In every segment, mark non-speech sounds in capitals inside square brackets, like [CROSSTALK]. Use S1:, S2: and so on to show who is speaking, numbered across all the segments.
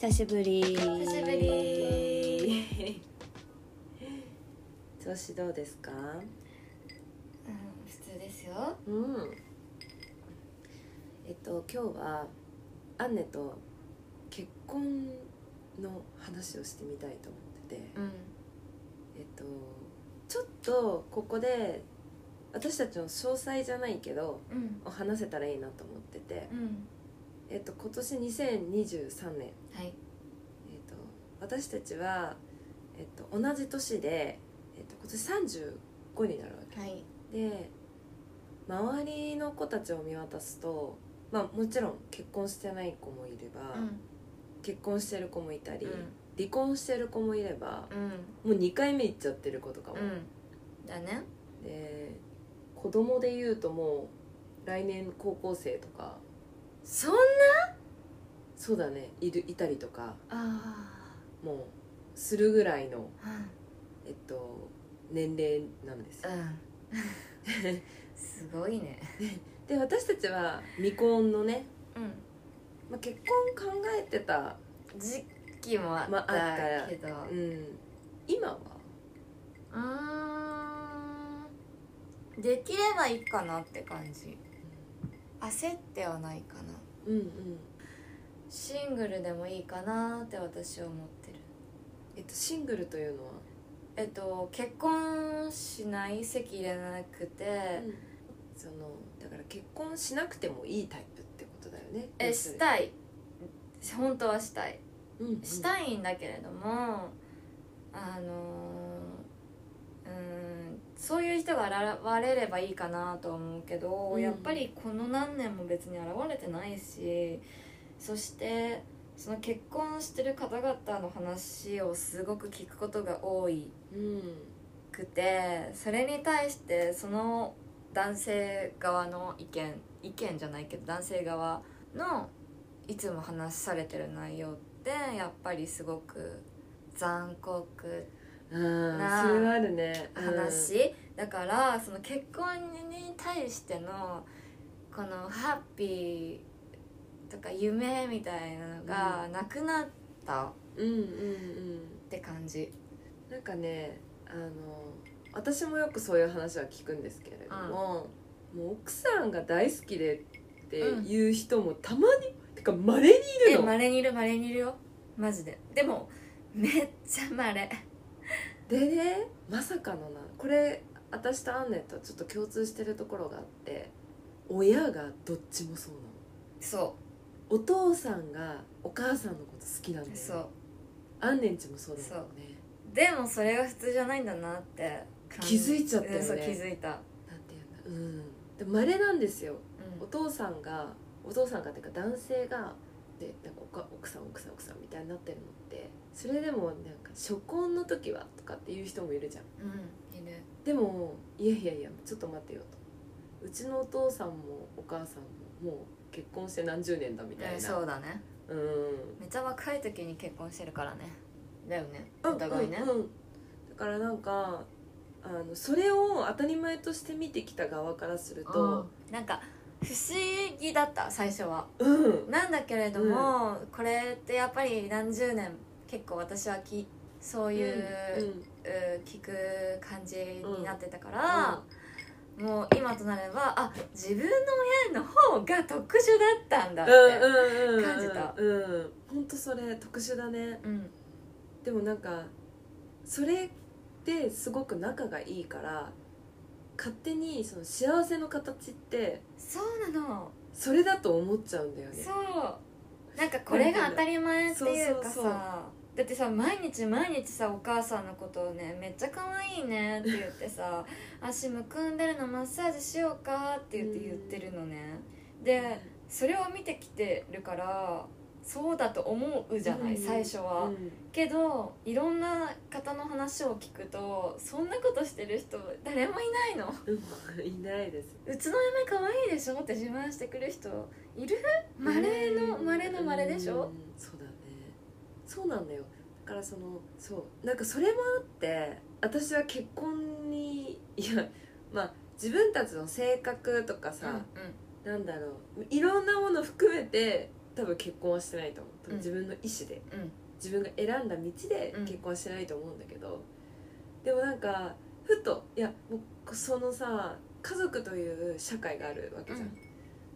S1: 久しぶり
S2: 久しぶり [LAUGHS] 調子どうですか
S1: うん普通ですよ
S2: うんえっと今日はアンネと結婚の話をしてみたいと思ってて
S1: うん
S2: えっとちょっとここで私たちの詳細じゃないけど
S1: うん
S2: 話せたらいいなと思ってて
S1: うん
S2: えっと今年2023年
S1: は
S2: え
S1: い
S2: ー、と私たちは、えー、と同じ年で、えー、と今年35になるわ
S1: はい
S2: けで周りの子たちを見渡すと、まあ、もちろん結婚してない子もいれば、結婚してる子もいたり、離婚してる子もいれば
S1: うん
S2: もう2回目行っちゃってる子とかも、
S1: うんだね
S2: で子供で言うともう来年高校生とか
S1: そんな
S2: そうだねいるいたりとか
S1: あ
S2: もうするぐらいの、
S1: あ
S2: えっと、年齢なんですよ
S1: うん [LAUGHS] すごいね
S2: で私たちは未婚のね、
S1: うん
S2: まあ、結婚考えてた、
S1: 時期もあ
S2: まああった
S1: ったけど、
S2: うん、今は
S1: うーんできればいいかなって感じ焦ってはないかな
S2: うんうん、
S1: シングルでもいいかなって私は思ってる
S2: えっと、シングルというのは、
S1: えっと結婚しない籍入れなくて、
S2: そのだから結婚しなくてもいいタイプってことだよね
S1: え
S2: 要する
S1: し
S2: に
S1: たい本当はしたい
S2: うんうん、
S1: したいんだけれどもあのーうーんそういう人が現れればいいかなとは思うけど、
S2: うん
S1: やっぱりこの何年も別に現れてないしそしてその結婚してる方々の話をすごく聞くことが多い
S2: うん
S1: くてそれに対してその男性側の意見意見じゃないけど男性側のいつも話されてる内容ってやっぱりすごく残酷
S2: あ
S1: な
S2: あそれはあるねうん
S1: 話、だからその結婚に対してのこのハッピーとか夢みたいなのがなくなったっ
S2: うんうんうん
S1: て感じ。
S2: なんかねあの私もよくそういう話は聞くんですけれども、もう奥さんが大好きでっていう人もたまに、てかまれにい
S1: え
S2: るの
S1: まれにいるまれにいるよマジででもめっちゃまれ
S2: でねまさかのなこれ私とアンネとちょっと共通してるところがあって親がどっちもそうなの
S1: そう
S2: お父さんがお母さんのこと好きなんだよね
S1: そう
S2: アンネんちもそうだよね
S1: でもそれが普通じゃないんだなって感じ
S2: 気づいちゃったよね
S1: うんそう気づいた
S2: なんていうんだうんでまれなんですよ
S1: うん
S2: お父さんがお父さんがっていうか男性がでなんかおか奥さん奥さん奥さんみたいになってるのってそれでもなんか初婚の時はとかっていう人もいるじゃん
S1: うんいる
S2: でもいやいやいやちょっと待ってよとうちのお父さんもお母さんももう結婚して何十年だみたいな、
S1: うんそうだね
S2: うん
S1: めっちゃ若い時に結婚してるからねだよね
S2: うん
S1: お互いね
S2: うんうんだからなんかあのそれを当たり前として見てきた側からする
S1: と
S2: と
S1: なんか不思議だった最初は
S2: うん
S1: なんだけれども、これってやっぱり何十年結構私はきそういう、
S2: うん
S1: う聞く感じになってたから、もう今となればあ自分の親の方が特殊だったんだって、
S2: うんうんうん
S1: 感じた
S2: うん本当それ特殊だね
S1: うん
S2: でもなんかそれってすごく仲がいいから勝手にその幸せの形って
S1: そうなの
S2: それだと思っちゃうんだよね
S1: そうなんかこれが当たり前っていうかさ
S2: そうそうそう
S1: だってさ毎日毎日さお母さんのことをね「めっちゃ可愛いね」って言っ
S2: [LAUGHS]
S1: てさ「足むくんでるのマッサージしようか」って言って言ってるのねでそれを見てきてるからそうだと思うじゃない、
S2: うん
S1: 最初は、
S2: うん
S1: けどいろんな方の話を聞くとそんなことしてる人誰もいないの
S2: うんいないです
S1: うちの嫁可愛いでしょって自慢してくる人いるまれのまれのまれでし
S2: う
S1: ょ
S2: んそうだねそうなんだよだからそのそうなんかそれもあって私は結婚にいやまあ自分たちの性格とかさ、なんだろういろんなもの含めて多分結婚はしてないと思う多分
S1: うん
S2: 自分の意思で、
S1: うん
S2: 自分が選んだ道で
S1: うん
S2: 結婚はしてないと思うんだけど、でもなんかふといやもうそのさ家族という社会があるわけじゃん、
S1: うん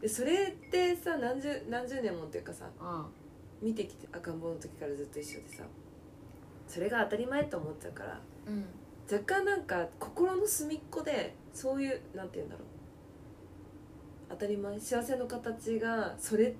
S2: でそれってさ何十何十年もっていうかさ
S1: あ
S2: 見てきて赤ん坊の時からずっと一緒でさそれが当たり前と思っちゃうから
S1: うん
S2: 若干なんか心の隅っこでそういうなんて言うんだろう当たり前幸せの形がそれ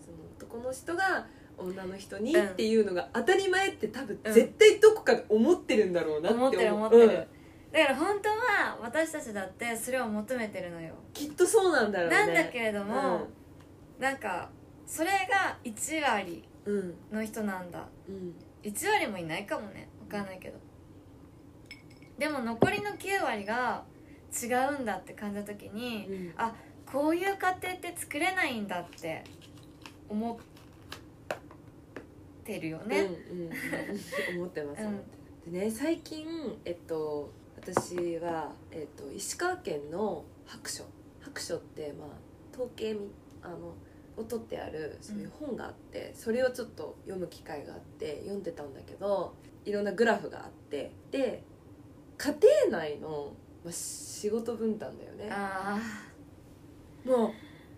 S2: その男の人が女の人に
S1: うん
S2: っていうのが当たり前って多分
S1: うん
S2: 絶対どこかで思ってるんだろうなって
S1: 思
S2: 思
S1: っ
S2: う、
S1: てる思ってる、
S2: うん
S1: だから本当は私たちだってそれを求めてるのよ、
S2: きっとそうなんだろうね
S1: なんだけれども、なんかそれが1割
S2: うんうん
S1: の人なんだ
S2: うん
S1: 1割もいないかもね分かんないけどでも残りの9割が違うんだって感じた時に
S2: うん
S1: こういう家庭って作れないんだって思ってるよね
S2: うんうんうん、思ってます、
S1: うん
S2: 思ってるでね最近えっと私は、えっと、石川県の白書白書ってまあ統計みあのを取ってあるそういう本があって、それをちょっと読む機会があって読んでたんだけどいろんなグラフがあってで家庭内の、まあ、仕事分担だよね
S1: あ
S2: もう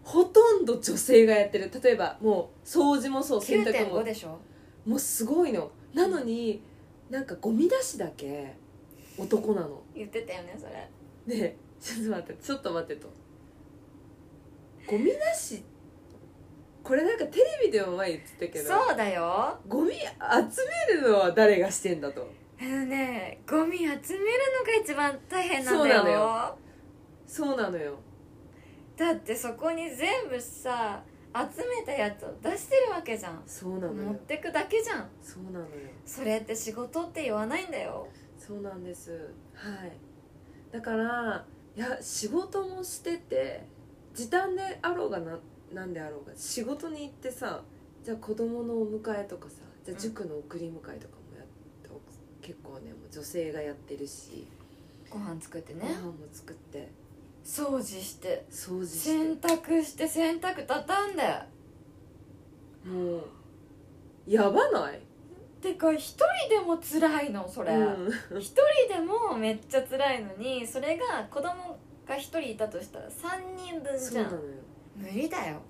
S2: ほとんど女性がやってる例えばもう掃除もそう
S1: あ
S2: 洗濯も
S1: 9.5でしょ
S2: もうすごいのなのになんかゴミ出しだけ男なの
S1: 言ってたよねそれ
S2: ねえちょっと待ってちょっと待ってとゴミ出しこれなんかテレビでも前言ってたけど
S1: そうだよ
S2: ゴミ集めるのは誰がしてんだと
S1: あのねゴミ集めるのが一番大変なんだ
S2: そう
S1: よ
S2: なのよそうなのよ
S1: だってそこに全部さ集めたやつを出してるわけじゃん
S2: そうなの
S1: 持っ
S2: よ
S1: てくだけじゃん
S2: そうなのよ
S1: それって仕事って言わないんだよ
S2: そうなんですはいだからいや仕事もしてて時短であろうがななんであろうが仕事に行ってさじゃあ子供のお迎えとかさじゃあ塾の送り迎えとかもやって、結構ねもう女性がやってるし、
S1: ご飯作ってね
S2: ご飯も作って
S1: 掃除して
S2: 掃除して
S1: 洗濯して洗濯畳んで
S2: もうやばない
S1: てか一人でも辛いのそれ、
S2: うん
S1: 一人でもめっちゃ辛いのにそれが子供が一人いたとしたら3人分
S2: そう
S1: じゃ
S2: なの
S1: ん
S2: よ
S1: 無理だよ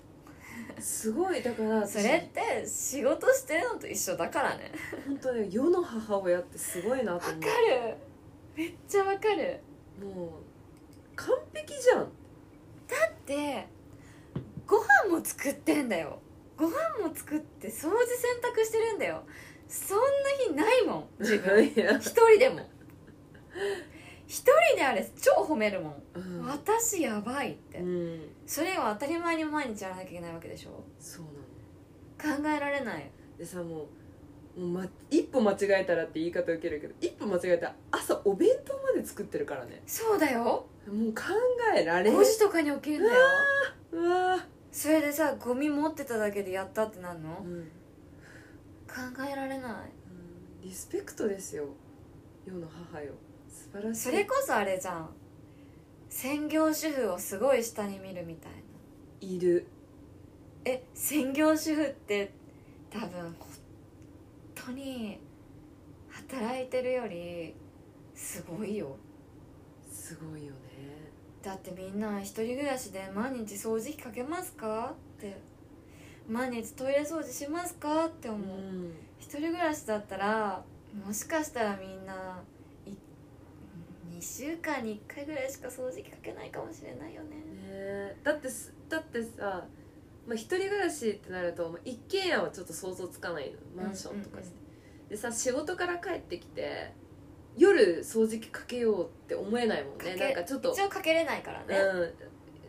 S2: すごいだから
S1: それって仕事してるのと一緒だからね
S2: 私本当ね世の母親ってすごいなと思
S1: わかるめっちゃわかる
S2: うもう完璧じゃん
S1: でご飯も作ってんだよご飯も作って掃除洗濯してるんだよそんな日な
S2: [LAUGHS]
S1: いもん自分
S2: いや
S1: 一人でも一人であれ超褒めるもん、
S2: うん
S1: 私やばいって、
S2: うん、
S1: それは当たり前に毎日やらなきゃいけないわけでしょ
S2: そうなの
S1: 考えられない
S2: でさもうもう、ま、一歩間違えたらって言い方受けるけど一歩間違えたら朝お弁当まで作ってるからね
S1: そうだよ
S2: もう考えられん
S1: 5時とかに起きるんだよ
S2: うわ
S1: それでさゴミ持ってただけでやったってなんの
S2: ー、うんうん
S1: 考えられない
S2: リスペクトですよ世の母よ素晴らしい
S1: それこそあれじゃん専業主婦をすごい下に見るみたいない
S2: る
S1: え専業主婦って多分本当に働いてるよりすごいよ
S2: すごいよね
S1: だってみんな一人暮らしで毎日掃除機かけますかって毎日トイレ掃除しますかって思
S2: う
S1: う、
S2: ん
S1: 一人暮らしだったらもしかしたらみんない2週間に1回ぐらいしか掃除機かけないかもしれないよね
S2: ねえだってすだってさまあ、一人暮らしってなると、まあ、一軒家はちょっと想像つかないのマンションとかして、でさ仕事から帰ってきて夜掃除機かけようって思えないもんね
S1: かけ
S2: なんかちょっと
S1: 一応かけれないからね、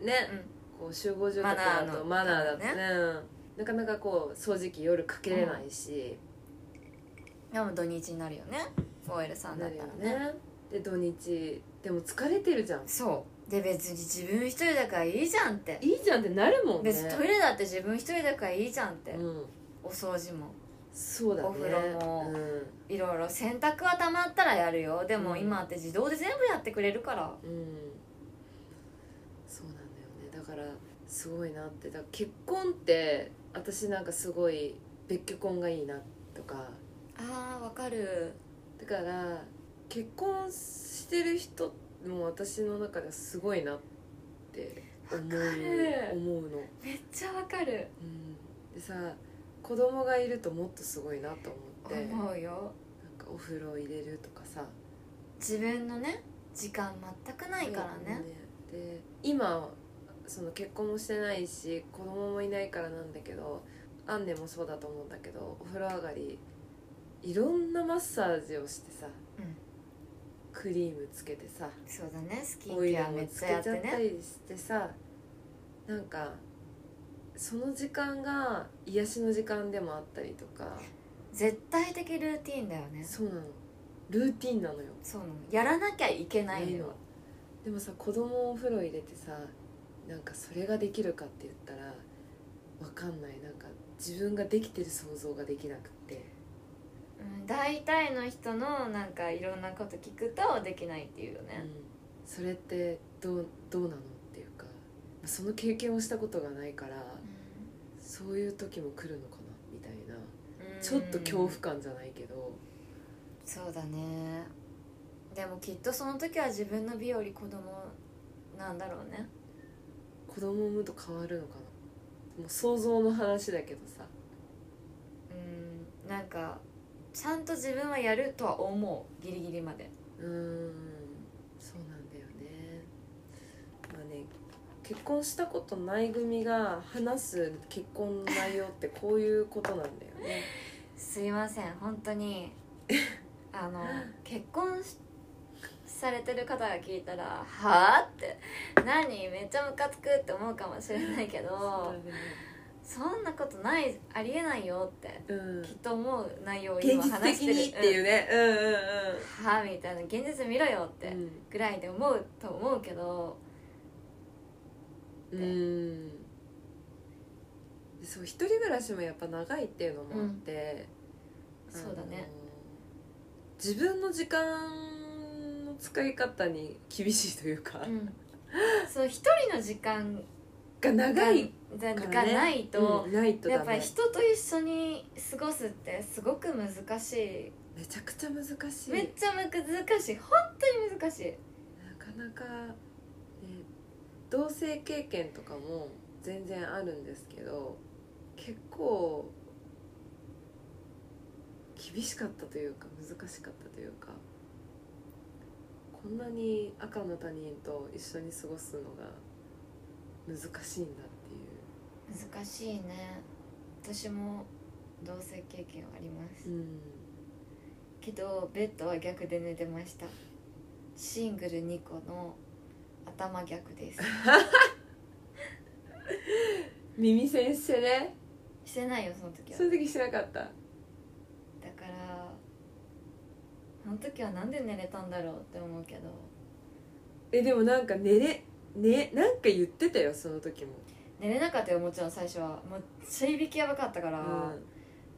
S2: うんね、こう集合住宅だ
S1: マナー
S2: と
S1: の
S2: マナーだとね
S1: ね
S2: なかなかこう掃除機夜かけれないし、
S1: でも土日になるよね OL さんだ
S2: な
S1: っ
S2: る
S1: た
S2: よ
S1: らね
S2: ねで土日でも疲れてるじゃん
S1: そうで別に自分一人だからいいじゃんって
S2: いいじゃんってなるもんね
S1: 別にトイレだって自分一人だからいいじゃんって、
S2: うん、
S1: お掃除も
S2: そうだね
S1: お風呂も
S2: うん
S1: いろいろ洗濯はたまったらやるよで
S2: う
S1: も
S2: ん
S1: 今って自動で全部やってくれるから
S2: うんそうなんだよねだからすごいなってだから結婚って私なんかすごい別居婚がいいなとか
S1: あーわかる
S2: だから結婚してる人も私の中ではすごいなって思う
S1: わかる
S2: 思うの、
S1: めっちゃわかる
S2: うん、でさ子供がいるともっとすごいなと思ってなんか
S1: 思うよ
S2: お風呂入れるとかさ
S1: 自分のね時間全くないからね、
S2: で今その結婚もしてないし子供もいないからなんだけどアンネもそうだと思うんだけどお風呂上がりいろんなマッサージをしてさ
S1: うん
S2: クリームつけてさ
S1: そうだねスキン
S2: オイ
S1: ケ
S2: ル
S1: アめ
S2: も
S1: っ
S2: つ
S1: ち
S2: け
S1: ゃ
S2: ちゃっ
S1: やって
S2: た
S1: ね
S2: りしてさなんかその時間が癒しの時間でもあったりとか
S1: 絶対的ルーティンだよね
S2: そうなのルーティンなのよ
S1: そうなのやらなきゃいけないの
S2: の
S1: よ
S2: でもさ子供をお風呂入れてさなんかそれができるかって言ったらわかんないなんか自分ができてる想像ができなくって
S1: うん大体の人のなんかいろんなこと聞くとできないっていうよ
S2: う
S1: ね
S2: ん、それってどうどうなのっていうかその経験をしたことがないからそういう時も来るのかなみたいな
S1: うん
S2: ちょっと恐怖感じゃないけど
S1: そうだねでもきっとその時は自分の美より子供なんだろうね
S2: 子供を産むと変わるのかなもう想像の話だけどさ
S1: うんなんかちゃんと自分はやるとは思うギリギリまで
S2: うーんそうなんだよねまあね結婚したことない組が話す結婚の内容ってこういうことなんだよね
S1: すいません本当に [LAUGHS] あの結婚しされてる方が聞いたら「はあ?」って「何めっちゃムカつく」って思うかもしれないけどそんなことないありえないよって
S2: うだねうん
S1: きっと思う内容を
S2: 現
S1: 今
S2: 実
S1: 話
S2: 的
S1: してる
S2: にっていうねうんうんうん
S1: うんはあみたいな現実見ろよって、ぐらいで思うと思うけど
S2: うんうんそう一人暮らしもやっぱ長いっていうのもあって、あの
S1: そうだね
S2: 自分の時間の使い方に厳しいというか、
S1: うんそう一人の時間
S2: が
S1: が
S2: 長い
S1: が
S2: からね
S1: がないと、
S2: うんないと
S1: やっ
S2: ダ
S1: ぱり
S2: メ
S1: 人と一緒に過ごすってすごく難し
S2: めちゃくちゃ難し
S1: い
S2: い
S1: めっちゃ難しい本当に難しい
S2: なかなか、ね、同性経験とかも全然あるんですけど結構厳しかったというか難しかったというかこんなに赤の他人と一緒に過ごすのが難しいんだっていう
S1: 難しいね私も同棲経験はあります、
S2: うん
S1: けどベッドは逆で寝てましたシングル2個の頭逆です [LAUGHS]
S2: 耳栓してね
S1: してないよその時は
S2: そういう時しなかった
S1: だからあの時はなんで寝れたんだろうって思うけど
S2: えでもなんか寝れねなんか言ってたよその時も
S1: 寝れなかったよもちろん最初はもうちゃいびきやばかったから、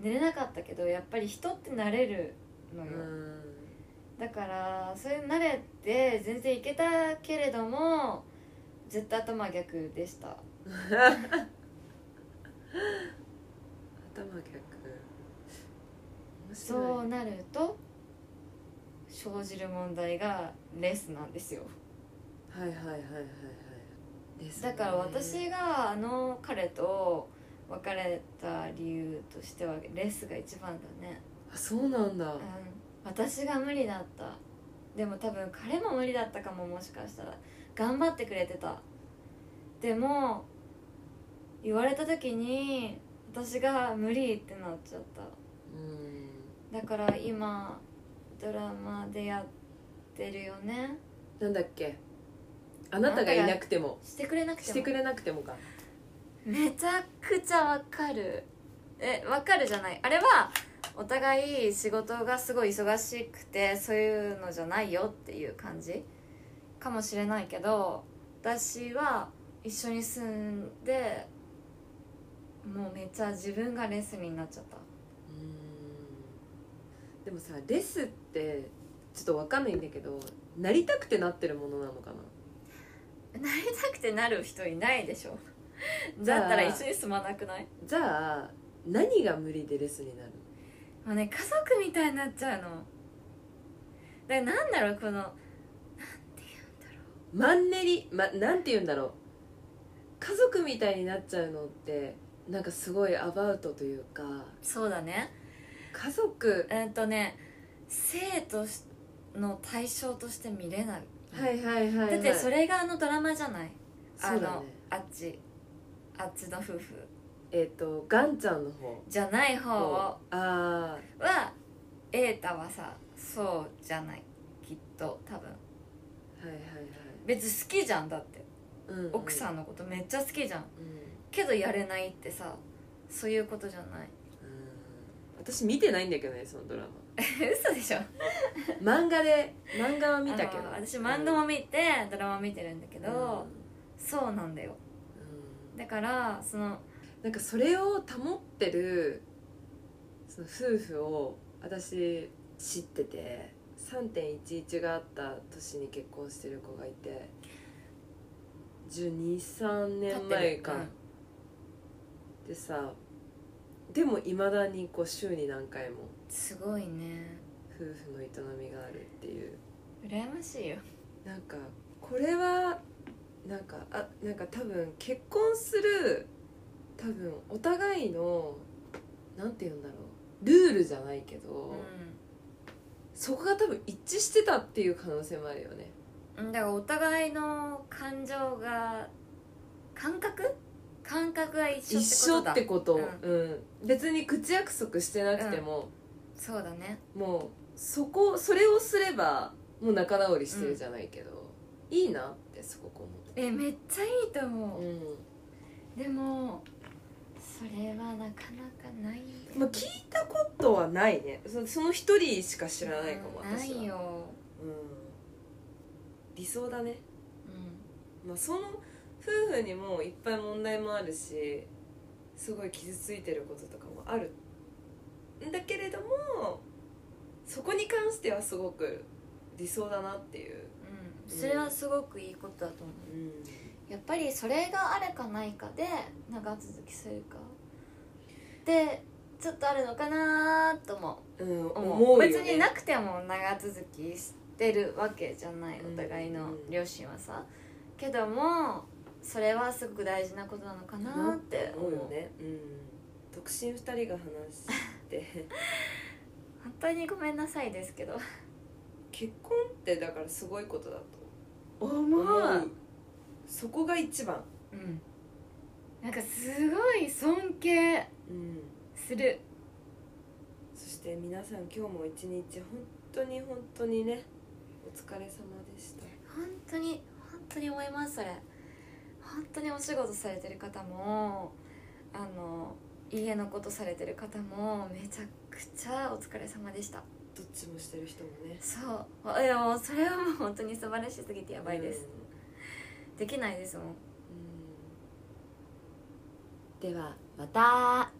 S1: 寝れなかったけどやっぱり人って慣れるの
S2: う
S1: よ、
S2: ん
S1: だからそれ慣れて全然いけたけれども絶対頭逆でした
S2: 頭逆面白い
S1: そうなると生じる問題がレスなんですよ
S2: はいはいはいはいはいですね
S1: だから私があの彼と別れた理由としてはレスが一番だね
S2: あそうなんだ
S1: うん、私が無理だったでも多分彼も無理だったかももしかしたら頑張ってくれてたでも言われた時に私が無理ってなっちゃっ
S2: うん
S1: ただから今ドラマでやってるよね
S2: なんだっけあなたがいなくても
S1: してくれなくても
S2: してくれなくてもか
S1: めちゃくちゃわかるえわかるじゃないあれはお互い仕事がすごい忙しくてそういうのじゃないよっていう感じかもしれないけど私は一緒に住んでもうめっちゃ自分がレスになっちゃった
S2: でもさレスってちょっとわかんないんだけどなりたくてなってるものなのかな
S1: なりたくてなる人いないでし [LAUGHS] ょ
S2: じゃあ
S1: だったら一緒に住まなくない
S2: じゃあ何が無理でレスになるの
S1: もうね家族みたいになっちゃうのだからなんだろうこのなんて言うんだろう
S2: マンネリ、ま、なんて言うんだろう家族みたいになっちゃうのってなんかすごいアバウトというか
S1: そうだね
S2: 家族
S1: えっとね性としの対象として見れない、
S2: はいはいはい、はい、
S1: だってそれがあのドラマじゃないあ
S2: そ
S1: の
S2: うだね
S1: あっちあっちの夫婦
S2: えっ、とガンちゃんの方
S1: じゃない方は
S2: あ
S1: 瑛太はさそうじゃないきっと多分
S2: ーはいは
S1: 別に好きじゃんだって
S2: いはい、う
S1: 奥さ
S2: ん、
S1: んのことめっちゃ好きじゃん
S2: うんうん、
S1: けどやれないってさそういうことじゃない
S2: [LAUGHS] 私見てないんだけどねその
S1: [LAUGHS]
S2: ドラ
S1: 嘘でしょ
S2: マ漫画で漫画は見たけど
S1: あの私漫画も見て、ドラマ見てるんだけ
S2: うん
S1: ど、そうなんだよ
S2: うん
S1: だからその
S2: なんかそれを保ってるその夫婦を私知ってて3.11があった年に結婚してる子がいて123年前か、
S1: 立って
S2: で
S1: る
S2: さでもいまだにこう週に何回も
S1: すごいね
S2: 夫婦の営みがあるっていう
S1: 羨ましいよ
S2: なんかこれはなんかあなんか多分結婚する多分お互いのなんて言うんだろうルールじゃないけど、そこが多分一致してたっていう可能性もあるよね
S1: うんだからお互いの感情が感覚感覚が一
S2: 一
S1: 緒
S2: 緒
S1: ってことだ
S2: ってこと、
S1: う
S2: うん別に口約束してなくても、
S1: そうだね
S2: もうそこそれをすればもう仲直りしてるじゃないけど、いいなってすごく思って
S1: えめっちゃいいと思
S2: た、
S1: う、でもそれはなかなかないんだよ
S2: まあ、聞いたことはないねそその一人しか知らないかも私は
S1: ないよ
S2: 理想だね、
S1: うん
S2: まあ、その夫婦にもいっぱい問題もあるしすごい傷ついてることとかもあるんだけれどもそこに関してはすごく理想だなっていう、
S1: うん、それはすごくいいことだと思う、やっぱりそれがあるかないかで長続きするかでちょっとあるのかなとも
S2: うん、
S1: 思
S2: 思
S1: う
S2: うよ、ね、
S1: 別になくても長続きしてるわけじゃない
S2: うん
S1: お互いの両親はさけどもそれはすごく大事なことなのかなって
S2: 思うよね、うん、独身二人が話して [LAUGHS]
S1: 本当にごめんなさいですけど
S2: 結婚ってだからすごいことだと
S1: 思う
S2: そこが一番
S1: うんなんかすごい尊敬
S2: うん
S1: する
S2: そして皆さん今日も一日本当に本当にねお疲れ様でした
S1: 本当に本当に思いますそれ本当にお仕事されてる方もあの家のことされてる方もめちゃくちゃお疲れ様でした
S2: どっちもしてる人もね
S1: そういやもうそれはもう本当に素晴らしすぎてやばいです、できないですもん
S2: うん、ではまた